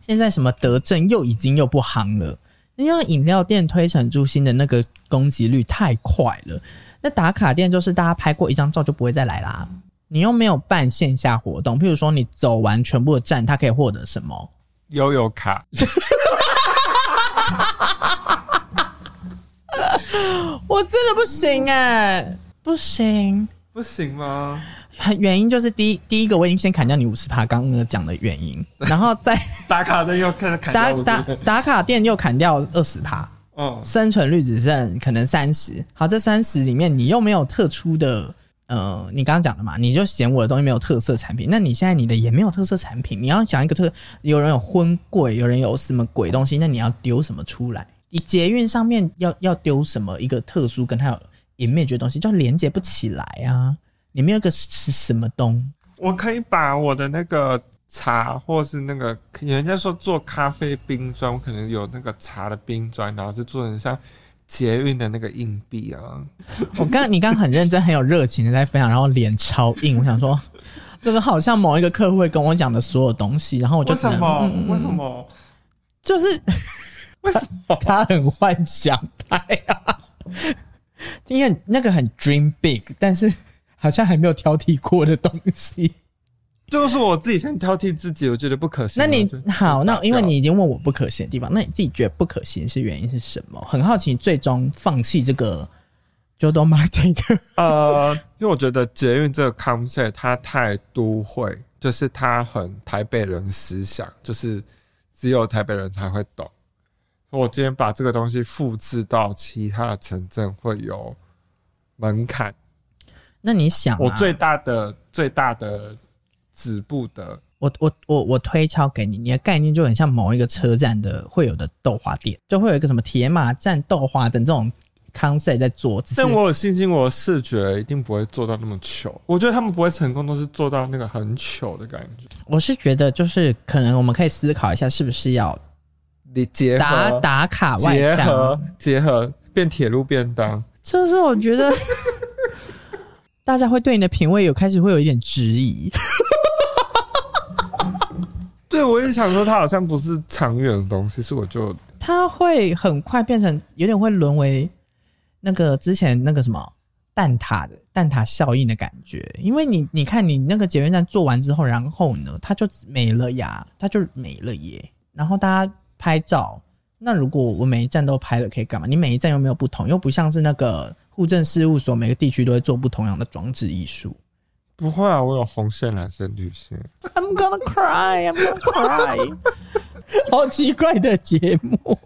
Speaker 1: 现在什么德政又已经又不行了，因为饮料店推陈出新的那个攻击率太快了。那打卡店就是大家拍过一张照就不会再来啦。你又没有办线下活动，譬如说你走完全部的站，它可以获得什么？
Speaker 2: 悠游卡，
Speaker 1: 我真的不行哎、不行。
Speaker 2: 不行吗？
Speaker 1: 原因就是第一，第一个我已经先砍掉你五十趴，刚刚那个讲的原因，然后再
Speaker 2: 打卡的又看砍
Speaker 1: 打
Speaker 2: 掉
Speaker 1: 打
Speaker 2: 我是不是
Speaker 1: 打卡店又砍掉二十趴，
Speaker 2: 嗯，
Speaker 1: 生存率只剩可能三十。好，这三十里面你又没有特出的，呃，你刚刚讲的嘛，你就嫌我的东西没有特色产品，那你现在你的也没有特色产品，你要想一个特，有人有婚柜，有人有什么鬼东西，那你要丢什么出来？你捷运上面要要丢什么一个特殊跟它有 image 的东西，就连接不起来啊！你没有一个是什么东？
Speaker 2: 我可以把我的那个茶，或是那个人家说做咖啡冰砖，我可能有那个茶的冰砖，然后是做成像捷运的那个硬币啊。
Speaker 1: 我刚你刚刚很认真很有热情的在分享，然后脸超硬，我想说。这个好像某一个客户会跟我讲的所有东西，然后我就
Speaker 2: 为
Speaker 1: 只
Speaker 2: 什
Speaker 1: 能
Speaker 2: 么？
Speaker 1: 嗯嗯
Speaker 2: 为什么？
Speaker 1: 就是 为什么他很幻想派啊？因为那个很 dream big，但是好像还没有挑剔过的东西。
Speaker 2: 就是我自己先挑剔自己，我觉得不可行。
Speaker 1: 那你
Speaker 2: 我就
Speaker 1: 好，那
Speaker 2: 打掉
Speaker 1: 因为你已经问我不可行的地方，那你自己觉得不可行是原因是什么？很好奇，最终放弃这个 Jordan Martin 的
Speaker 2: 呃，因为我觉得捷运这个 concept 它太都会，就是它很台北人思想，就是只有台北人才会懂。我今天把这个东西复制到其他的城镇会有门槛。
Speaker 1: 那你想、啊，
Speaker 2: 我最大的最大的止步的，
Speaker 1: 我我我我推敲给你，你的概念就很像某一个车站的会有的豆花店，就会有一个什么铁马站豆花等这种 concept 在做。只是
Speaker 2: 但我有信心，我的视觉一定不会做到那么糗。我觉得他们不会成功，都是做到那个很糗的感觉。
Speaker 1: 我是觉得，就是可能我们可以思考一下，是不是要
Speaker 2: 你结
Speaker 1: 打打卡外
Speaker 2: 结
Speaker 1: 墙？
Speaker 2: 合结合变铁路便当，
Speaker 1: 就是我觉得 大家会对你的品味有开始会有一点质疑。
Speaker 2: 对我也想说，它好像不是长远的东西，是我就
Speaker 1: 它会很快变成有点会沦为那个之前那个什么蛋挞的蛋挞效应的感觉，因为你你看你那个捷运站做完之后，然后呢，它就没了呀，它就没了耶。然后大家拍照，那如果我每一站都拍了，可以干嘛？你每一站又没有不同，又不像是那个户政事务所，每个地区都会做不同样的装置艺术。
Speaker 2: 不会啊。我有红线、蓝线、绿线，
Speaker 1: I'm gonna cry, I'm gonna cry 。 好奇怪的节目。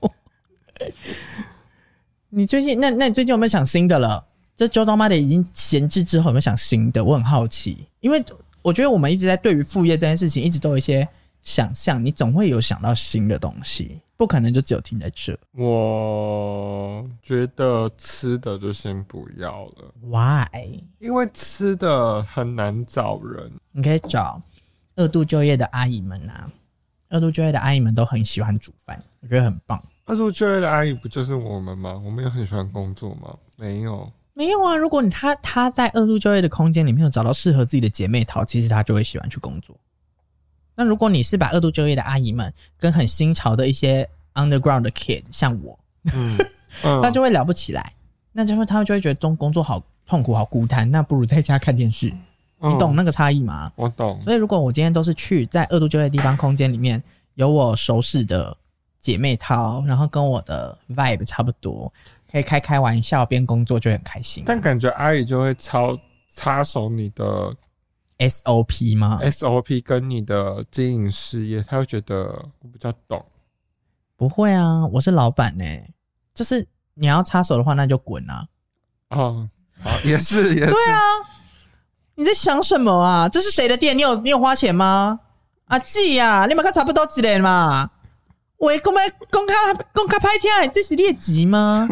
Speaker 1: 你最近那那你最近有没有想新的了？这周当妈的已经闲置之后，有没有想新的？我很好奇，因为我觉得我们一直在对于副业这件事情，一直都有一些想象，你总会有想到新的东西，不可能就只有停在这。
Speaker 2: 我觉得吃的就先不要了，
Speaker 1: Why？
Speaker 2: 因为吃的很难找人。
Speaker 1: 你可以找二度就业的阿姨们啊，二度就业的阿姨们都很喜欢煮饭，我觉得很棒。
Speaker 2: 二度就业的阿姨不就是我们吗？我们有很喜欢工作吗？没有，
Speaker 1: 没有啊，如果你他他在二度就业的空间里面有找到适合自己的姐妹淘，其实他就会喜欢去工作。那如果你是把二度就业的阿姨们跟很新潮的一些 underground 的 kid，像我，
Speaker 2: 嗯，嗯
Speaker 1: 那就会了不起来，那就会他们就会觉得中工作好痛苦，好孤单，那不如在家看电视。
Speaker 2: 嗯
Speaker 1: 你懂那个差异吗？
Speaker 2: 我懂，
Speaker 1: 所以如果我今天都是去在二度就业地方空间里面，有我熟识的姐妹淘，然后跟我的 vibe 差不多，可以开开玩笑，边工作就会很开心。
Speaker 2: 但感觉阿姨就会超插手你的
Speaker 1: SOP 吗？
Speaker 2: SOP 跟你的经营事业，她会觉得我比较懂。
Speaker 1: 不会啊，我是老板呢、就是你要插手的话，那就滚啊！
Speaker 2: 哦，好，也是也是，
Speaker 1: 对啊，你在想什么啊？这是谁的店？你有你有花钱吗？阿姊啊，你们看差不多几年嘛？喂，公开公开公开拍天，这是劣级吗？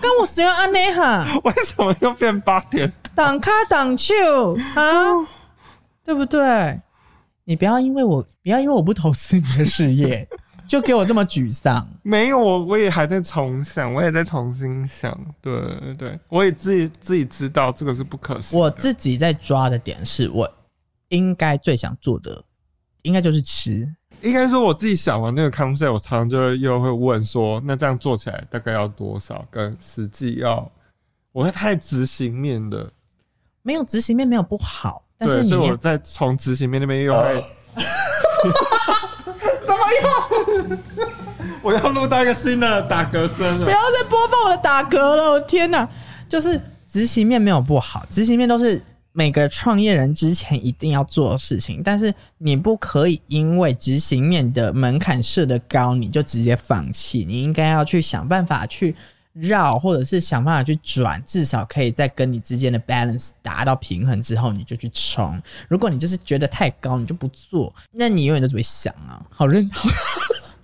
Speaker 1: 跟我使用安内哈，
Speaker 2: 为什么又变八点？
Speaker 1: 挡卡挡球啊，对不对？你不要因为我不要因为我不投资你的事业，就给我这么沮丧。
Speaker 2: 没有，我我也还在重想，我也在重新想。对对对，我也自己自己知道这个是不可行的。
Speaker 1: 我自己在抓的点是我应该最想做的，应该就是吃。
Speaker 2: 应该说我自己想完那个 concept，我常常就会又会问说，那这样做起来大概要多少？跟实际要，我是太执行面的，
Speaker 1: 没有执行面没有不好，但是
Speaker 2: 对，
Speaker 1: 你
Speaker 2: 所以
Speaker 1: 要
Speaker 2: 我在从执行面那边又会， 怎么又？我要录到一个新的打嗝声
Speaker 1: 不
Speaker 2: 了
Speaker 1: 要。再播放我的打嗝了，我天哪！就是执行面没有不好，执行面都是每个创业人之前一定要做的事情，但是你不可以因为执行面的门槛设的高，你就直接放弃，你应该要去想办法去。绕，或者是想办法去转，至少可以在跟你之间的 balance 达到平衡之后，你就去冲。如果你就是觉得太高，你就不做，那你永远都只会想啊，好认好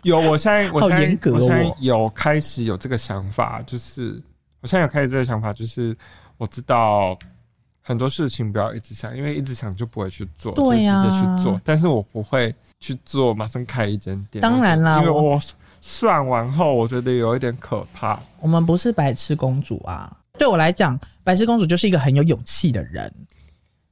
Speaker 2: 有，我现在我现
Speaker 1: 好严格
Speaker 2: 在
Speaker 1: 哦
Speaker 2: 我现在有开始有这个想法，就是我现在有开始这个想法，就是我知道很多事情不要一直想，因为一直想就不会去做，
Speaker 1: 对呀
Speaker 2: 就直接去做。但是我不会去做，马上开一间店。
Speaker 1: 当然啦
Speaker 2: 因为
Speaker 1: 我
Speaker 2: 我算完后，我觉得有一点可怕。
Speaker 1: 我们不是白痴公主啊！对我来讲，白痴公主就是一个很有勇气的人。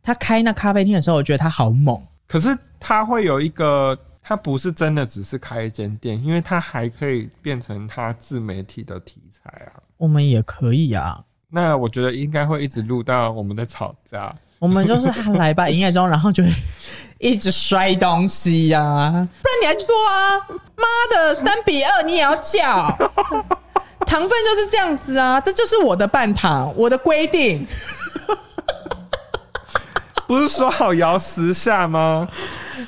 Speaker 1: 她开那咖啡厅的时候，我觉得她好猛。
Speaker 2: 可是它会有一个，它不是真的只是开一间店，因为它还可以变成它自媒体的题材啊。
Speaker 1: 我们也可以啊，
Speaker 2: 那我觉得应该会一直录到我们在吵架。
Speaker 1: 我们就是来吧营业中，然后就会 一直摔东西呀、不然你还做啊？妈的，三比二你也要叫，糖分就是这样子啊，这就是我的半糖，我的规定。
Speaker 2: 不是说好摇十下吗？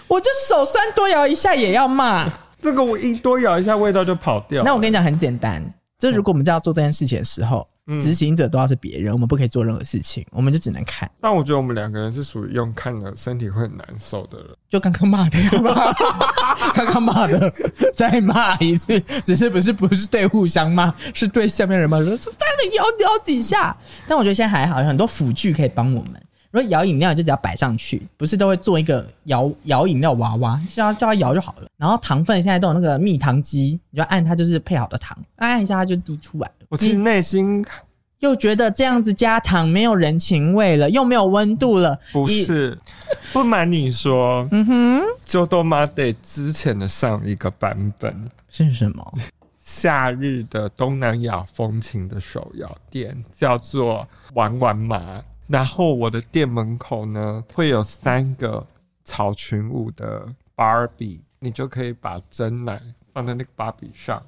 Speaker 1: 我就手酸多摇一下也要骂。
Speaker 2: 这个我一多摇一下，味道就跑掉。
Speaker 1: 那我跟你讲很简单，就是如果我们在要做这件事情的时候，
Speaker 2: 嗯
Speaker 1: 执、行者都要是别人，我们不可以做任何事情，我们就只能看。
Speaker 2: 但我觉得我们两个人是属于用看了身体会很难受的人。
Speaker 1: 就刚刚骂的， 刚刚骂的，再骂一次，只是不是不是对互相骂，是对下面人骂，说这再摇摇几下。但我觉得现在还好，有很多辅具可以帮我们。如果摇饮料，你就只要摆上去，不是都会做一个摇摇饮料娃娃，就要叫它摇就好了。然后糖分现在都有那个蜜糖机，你就按它就是配好的糖，按一下它就滴出来了。
Speaker 2: 我其实内心
Speaker 1: 又觉得这样子加糖没有人情味了，又没有温度了。
Speaker 2: 不
Speaker 1: 一，
Speaker 2: 是，不瞒你说，嗯哼，就多玛得之前的上一个版本，
Speaker 1: 是什么？
Speaker 2: 夏日的东南亚风情的手摇店叫做玩玩麻。然后我的店门口呢，会有三个草裙舞的芭比，你就可以把真奶放在那个芭比上，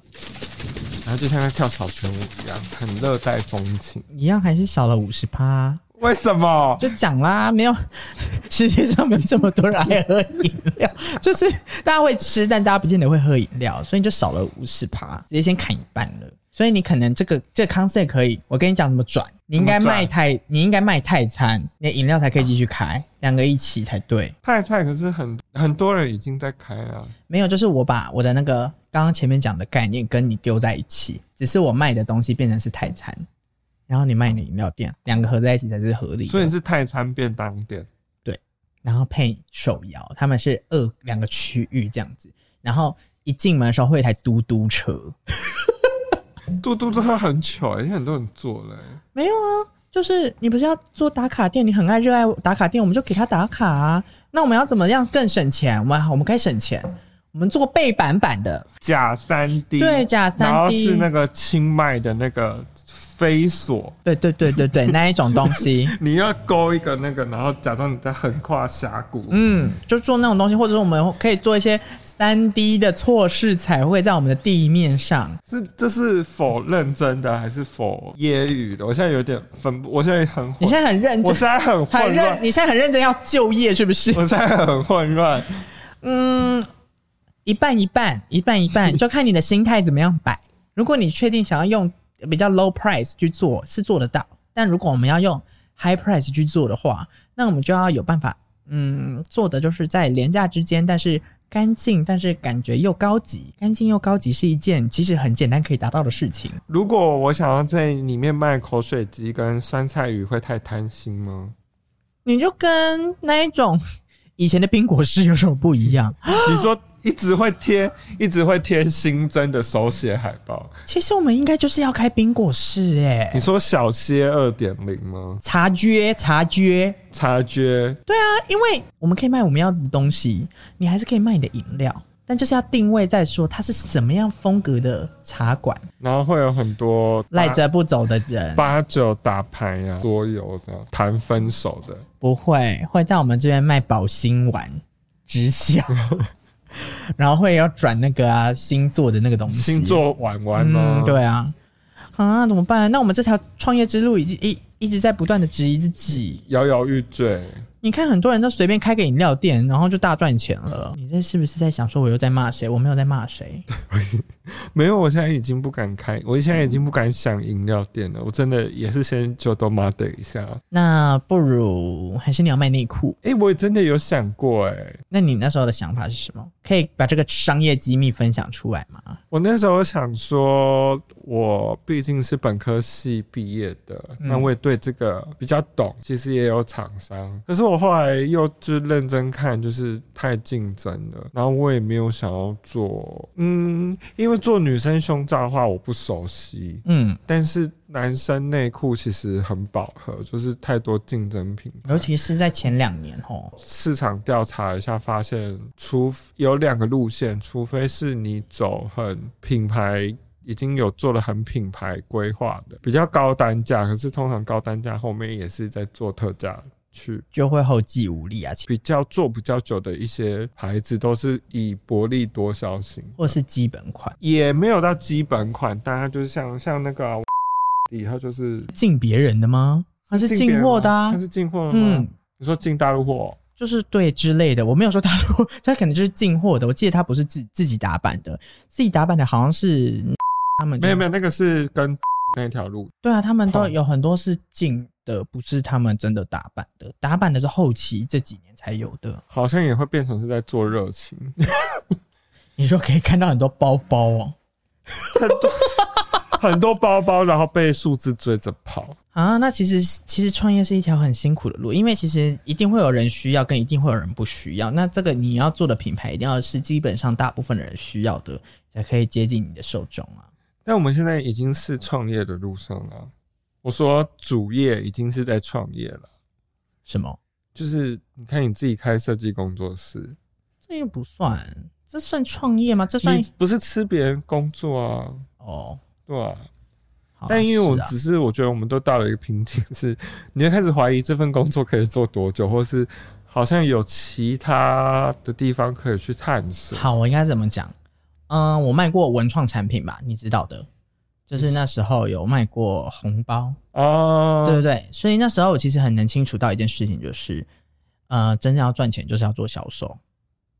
Speaker 2: 然后就像在跳草裙舞一样，很热带风情。
Speaker 1: 一样还是少了五十趴，
Speaker 2: 为什么？
Speaker 1: 就讲啦，没有 世界上没有这么多人爱喝饮料，就是大家会吃，但大家不见得会喝饮料，所以你就少了五十趴，直接先砍一半了。所以你可能这个这个 concept 可以，我跟你讲怎么转，你应该
Speaker 2: 怎么转
Speaker 1: 卖泰，你应该卖泰餐，你的饮料才可以继续开，两个一起才对。
Speaker 2: 泰菜可是很很多人已经在开啊了，
Speaker 1: 没有，就是我把我的那个刚刚前面讲的概念跟你丢在一起，只是我卖的东西变成是泰餐，然后你卖你的饮料店，两个合在一起才是合理的。
Speaker 2: 所以是泰餐便当店。
Speaker 1: 然后配手摇，他们是二两个区域这样子。然后一进门的时候会有一台嘟嘟车，
Speaker 2: 嘟嘟真的很糗、欸，因为很多人做了、欸
Speaker 1: 没有啊，就是你不是要做打卡店，你很爱热爱打卡店，我们就给他打卡啊。那我们要怎么样更省钱？我们我们该省钱，我们做背板板的，
Speaker 2: 假三 D，
Speaker 1: 对假三 D
Speaker 2: 然后是那个清迈的那个飞索，
Speaker 1: 对对对对对，那一种东西，
Speaker 2: 你要勾一个那个，然后假装你在横跨峡谷。
Speaker 1: 嗯，就做那种东西，或者是我们可以做一些三 D 的错视彩绘在我们的地面上。
Speaker 2: 这这是否认真的还是否揶揄的？我现在有点分不，我现在很
Speaker 1: 你
Speaker 2: 混，
Speaker 1: 现在很认
Speaker 2: 我
Speaker 1: 真
Speaker 2: 现，在很
Speaker 1: 很
Speaker 2: 混
Speaker 1: 认，
Speaker 2: 乱，
Speaker 1: 你现在很认真要就业是不 是？
Speaker 2: 我现在很混乱。
Speaker 1: 一半一半，一半一 半，就看你的心态怎么样摆。如果你确定想要用比较 low price 去做，是做得到；但如果我们要用 high price 去做的话，那我们就要有办法，嗯，做的就是在廉价之间，但是干净，但是感觉又高级。干净又高级是一件其实很简单可以达到的事情。
Speaker 2: 如果我想要在里面卖口水鸡跟酸菜鱼，会太贪心 吗？
Speaker 1: 你就跟那一种 以前的冰果室有什么不一样？
Speaker 2: 你说一直会贴，一直会贴新增的手写海报。
Speaker 1: 其实我们应该就是要开冰果室哎、
Speaker 2: 你说小歇二点零吗？
Speaker 1: 察觉，察觉，
Speaker 2: 察觉
Speaker 1: 对啊，因为我们可以卖我们要的东西，你还是可以卖你的饮料，但就是要定位在说它是什么样风格的茶馆，
Speaker 2: 然后会有很多
Speaker 1: 赖着不走的人
Speaker 2: 八九打牌呀、桌游的、谈分手的，
Speaker 1: 不会会在我们这边卖保心丸、直销，然后会要转那个啊星座的那个东西，
Speaker 2: 星座玩玩吗？
Speaker 1: 嗯，对啊，啊怎么办？那我们这条创业之路已经一一直在不断的质疑自己。
Speaker 2: 摇摇欲坠。
Speaker 1: 你看很多人都随便开个饮料店，然后就大赚钱了。你这是不是在想说我又在骂谁？我没有在骂 谁。
Speaker 2: 没有，我现在已经不敢开，我现在已经不敢想饮料店了。我真的也是先就都麻等一下。
Speaker 1: 那不如还是你要卖内裤？
Speaker 2: 哎、我真的有想过、哎，
Speaker 1: 那你那时候的想法是什么？可以把这个商业机密分享出来吗？
Speaker 2: 我那时候想说，我毕竟是本科系毕业的，那我也对这个比较懂，其实也有厂商，可是我后来又就是认真看，就是太竞争了，然后我也没有想要做，嗯，因为做女生胸罩的话我不熟悉，
Speaker 1: 嗯，
Speaker 2: 但是男生内裤其实很饱和，就是太多竞争品牌
Speaker 1: 尤其是在前两年哦，
Speaker 2: 市场调查一下，发现除有两个路线，除非是你走很品牌。已经有做了很品牌规划的，比较高单价，可是通常高单价后面也是在做特价去。
Speaker 1: 就会后继无力啊，
Speaker 2: 比较做比较久的一些牌子都是以薄利多销型，
Speaker 1: 或是基本款。
Speaker 2: 也没有到基本款，但它就是像像那个、啊，它就是
Speaker 1: 进别人的吗？它是
Speaker 2: 别
Speaker 1: 进
Speaker 2: 人
Speaker 1: 货的
Speaker 2: 吗
Speaker 1: 啊
Speaker 2: 它，是进货的吗？
Speaker 1: 嗯，
Speaker 2: 你说进大陆货，
Speaker 1: 就是对之类的。我没有说大 陆，它可能就是进货的。我记得它不是自自己打版的，自己打版的好像是他们就
Speaker 2: 没有没有，那个是跟那条路
Speaker 1: 对啊，他们都
Speaker 2: 好
Speaker 1: 有很多是进的，不是他们真的打版的。打版的是后期这几年才有的。
Speaker 2: 好像也会变成是在做热情，
Speaker 1: 你说可以看到很多包包哦，
Speaker 2: 很多很多包包，然后被数字追着跑。
Speaker 1: 啊，那其实其实创业是一条很辛苦的路，因为其实一定会有人需要，跟一定会有人不需要。那这个你要做的品牌，一定要是基本上大部分的人需要的，才可以接近你的受众啊。
Speaker 2: 但我们现在已经是创业的路上了。我说主业已经是在创业了，
Speaker 1: 什么？
Speaker 2: 就是你看你自己开设计工作室，
Speaker 1: 这又不算，这算创业吗？这算
Speaker 2: 你不是吃别人工作啊，
Speaker 1: 哦。
Speaker 2: 对啊。
Speaker 1: 好
Speaker 2: 但因为我
Speaker 1: 是啊
Speaker 2: 只是我觉得我们都到了一个瓶颈，是 你会开始怀疑这份工作可以做多久，或是好像有其他的地方可以去探索。
Speaker 1: 好，我应该怎么讲？嗯，我卖过文创产品吧，你知道的，
Speaker 2: 嗯
Speaker 1: 就是那时候有卖过红包，
Speaker 2: 哦，
Speaker 1: 对不对？所以那时候我其实很能清楚到一件事情，就是，呃，真正要赚钱就是要做销售，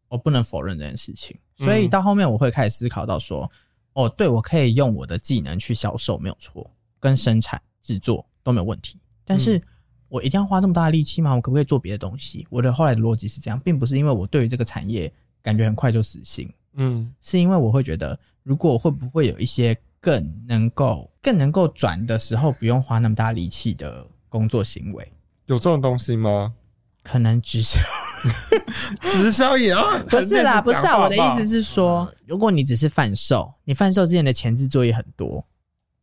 Speaker 1: 我不能否认这件事情。所以
Speaker 2: 嗯
Speaker 1: 到后面我会开始思考到说，哦，对我可以用我的技能去销售，没有错，跟生产制作都没有问题。但是我一定要花这么大的力气吗？我可不可以做别的东西？我的后来的逻辑是这样，并不是因为我对于这个产业感觉很快就死心，
Speaker 2: 嗯，
Speaker 1: 是因为我会觉得，如果会不会有一些更能够、更能够转的时候，不用花那么大力气的工作行为，
Speaker 2: 有这种东西吗？
Speaker 1: 可能只是
Speaker 2: 直销哦 也要
Speaker 1: 不是啦，不是啊，我的意思是
Speaker 2: 是，
Speaker 1: 说，如果你只是贩售，你贩售之前的前置作业很多，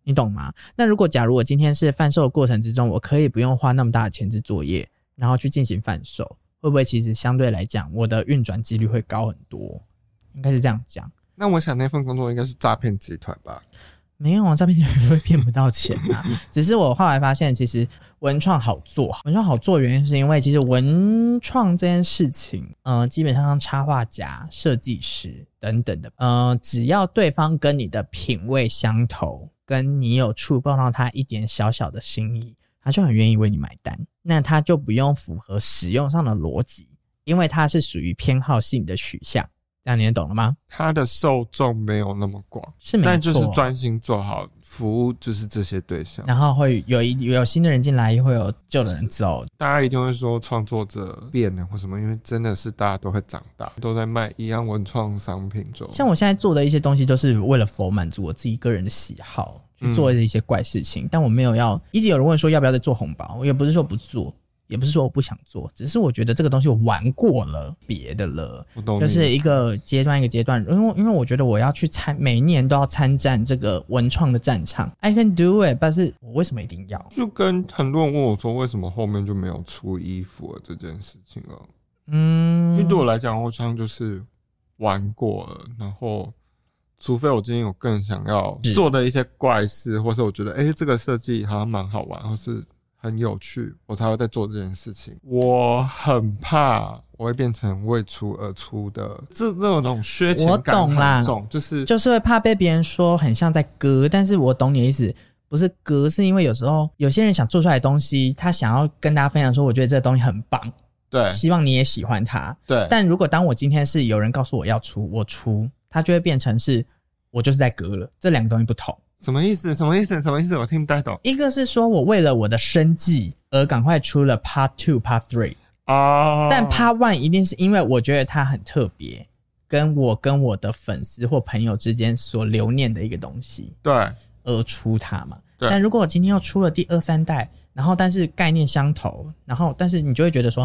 Speaker 1: 你懂吗？那如果假如我今天是贩售的过程之中，我可以不用花那么大的前置作业，然后去进行贩售，会不会其实相对来讲，我的运转几率会高很多？应该是这样讲。
Speaker 2: 那我想那份工作应该是诈骗集团吧？
Speaker 1: 没有啊，诈骗集团也不会骗不到钱 啊。只是我后来发现，其实文创好做，文创好做的原因是因为其实文创这件事情，嗯、基本上像插画家、设计师等等的，嗯、只要对方跟你的品味相投，跟你有触碰到他一点小小的心意，他就很愿意为你买单。那他就不用符合使用上的逻辑，因为它是属于偏好性的取向。这样你也懂了吗？
Speaker 2: 它的受众没有那么广，
Speaker 1: 是没错，啊
Speaker 2: 但就是专心做好服务，就是这些对象。
Speaker 1: 然后会有一有新的人进来，也会有旧的人走，
Speaker 2: 大家一定会说创作者变了或什么，因为真的是大家都会长大，都在卖一样文创商品中。
Speaker 1: 像我现在做的一些东西，都是为了否满足我自己个人的喜好去做的一些怪事情，但我没有要一直有人问说要不要再做红包，我也不是说不做，也不是说我不想做，只是我觉得这个东西我玩过了别的了，
Speaker 2: 我懂你
Speaker 1: 就
Speaker 2: 的意思，
Speaker 1: 是一个阶段一个阶段，因为因为我觉得我要去参每一年都要参战这个文创的战场，I can do it，但是我为什么一定要？
Speaker 2: 就跟很多人问我说，为什么后面就没有出衣服了这件事情了？因为
Speaker 1: 嗯
Speaker 2: 对，我来讲，我像就是玩过了，然后除非我今天有更想要
Speaker 1: 是
Speaker 2: 做的一些怪事，或是我觉得哎、诶这个设计好像蛮好玩，或是很有趣，我才会在做这件事情。我很怕我会变成为出而出的，这那种缺钱感
Speaker 1: 我懂啦
Speaker 2: 很重，就是
Speaker 1: 就是会怕被别人说很像在割，但是我懂你的意思，不是割，是因为有时候有些人想做出来的东西，他想要跟大家分享说，我觉得这个东西很棒，
Speaker 2: 对
Speaker 1: 希望你也喜欢它。
Speaker 2: 对，
Speaker 1: 但如果当我今天是有人告诉我要出，我出，它就会变成是我就是在割了，这两个东西不同。
Speaker 2: 什么意思？什么意思？什么意思？我听不太懂
Speaker 1: 一个是说我为了我的生计而赶快出了 Part Two、Part Three，
Speaker 2: 啊。
Speaker 1: 但 Part One 一定是因为我觉得它很特别，跟我跟我的粉丝或朋友之间所留念的一个东西。
Speaker 2: 对
Speaker 1: 而出它嘛。
Speaker 2: 对
Speaker 1: 但如果我今天又出了第二三代，然后但是概念相投，然后但是你就会觉得说，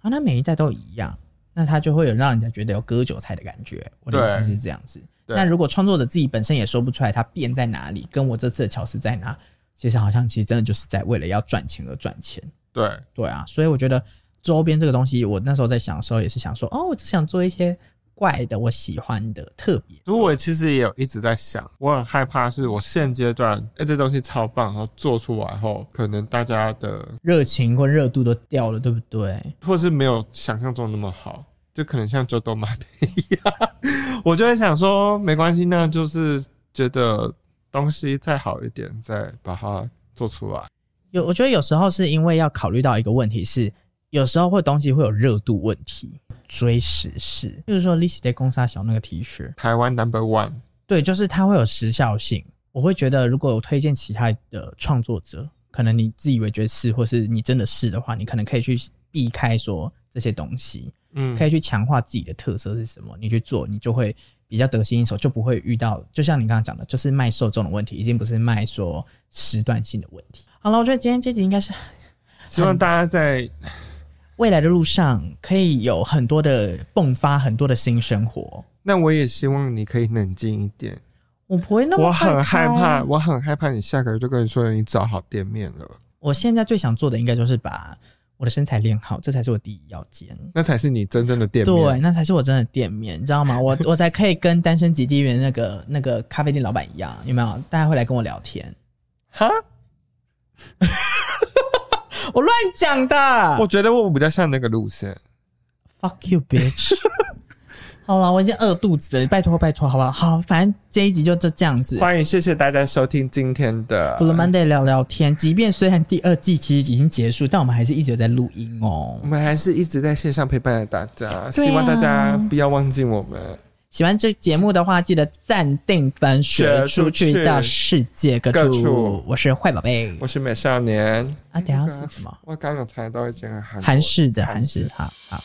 Speaker 1: 啊，那每一代都一样，那它就会有让人家觉得有割韭菜的感觉。我的意思
Speaker 2: 对
Speaker 1: 是这样子。
Speaker 2: 对
Speaker 1: 那如果创作者自己本身也说不出来它变在哪里，跟我这次的巧思在哪，其实好像其实真的就是在为了要赚钱而赚钱。
Speaker 2: 对，
Speaker 1: 对啊，所以我觉得周边这个东西，我那时候在想的时候也是想说，哦，我只想做一些怪的，我喜欢的，特别的
Speaker 2: 所以我其实也有一直在想，我很害怕是我现阶段，哎、这东西超棒，然后做出来后，可能大家的
Speaker 1: 热情或热度都掉了，对不对？
Speaker 2: 或是没有想象中那么好，就可能像周多马的一样， 我就会想说，没关系，那就是觉得东西再好一点，再把它做出来。
Speaker 1: 有，我觉得有时候是因为要考虑到一个问题是，有时候会东西会有热度问题，追时事，比如说 l i s t 公沙小那个 T 恤，
Speaker 2: 台湾 Number One，
Speaker 1: 对，就是它会有时效性。我会觉得，如果我推荐其他的创作者，可能你自以为觉得是，或是你真的是的话，你可能可以去避开说这些东西，
Speaker 2: 嗯，
Speaker 1: 可以去强化自己的特色是什么，你去做，你就会比较得心应手，就不会遇到就像你刚刚讲的，就是卖受众的问题，已经不是卖说时段性的问题。好了，我觉得今天这集应该是
Speaker 2: 希望大家在
Speaker 1: 未来的路上可以有很多的迸发，很多的新生活。
Speaker 2: 那我也希望你可以冷静一点。
Speaker 1: 我不会那么
Speaker 2: 我很害
Speaker 1: 快开
Speaker 2: 怕，。我很害怕你下个月就跟你说你找好店面了，
Speaker 1: 我现在最想做的应该就是把我的身材练好，这才是我第一要件。
Speaker 2: 那才是你真正的店面。
Speaker 1: 对，那才是我真的店面，你知道吗？我 我才可以跟单身极地园那个那个咖啡店老板一样，有没有？大家会来跟我聊天。
Speaker 2: 哈，
Speaker 1: 我乱讲的。
Speaker 2: 我觉得我比较像那个路线。
Speaker 1: fuck you bitch。好了，我已经饿肚子了，拜托拜托，好不好？好，反正这一集就就这样子。
Speaker 2: 欢迎，谢谢大家收听今天的
Speaker 1: Blue Monday 聊聊天，即便虽然第二季其实已经结束，但我们还是一直有在录音哦
Speaker 2: 我。们还是一直在线上陪伴着大
Speaker 1: 对
Speaker 2: 家，
Speaker 1: 啊
Speaker 2: 希望大家不要忘记我们。
Speaker 1: 喜欢这节目的话，记得暂定分学
Speaker 2: 学
Speaker 1: 出
Speaker 2: 出去
Speaker 1: 去到世界各处。
Speaker 2: 各处
Speaker 1: 我是坏宝贝
Speaker 2: 我是美少年，
Speaker 1: 啊，等一下要吃什么？
Speaker 2: 我刚有猜到一件韩国
Speaker 1: 韩式的
Speaker 2: 韩
Speaker 1: 韩
Speaker 2: 式
Speaker 1: 式，好好，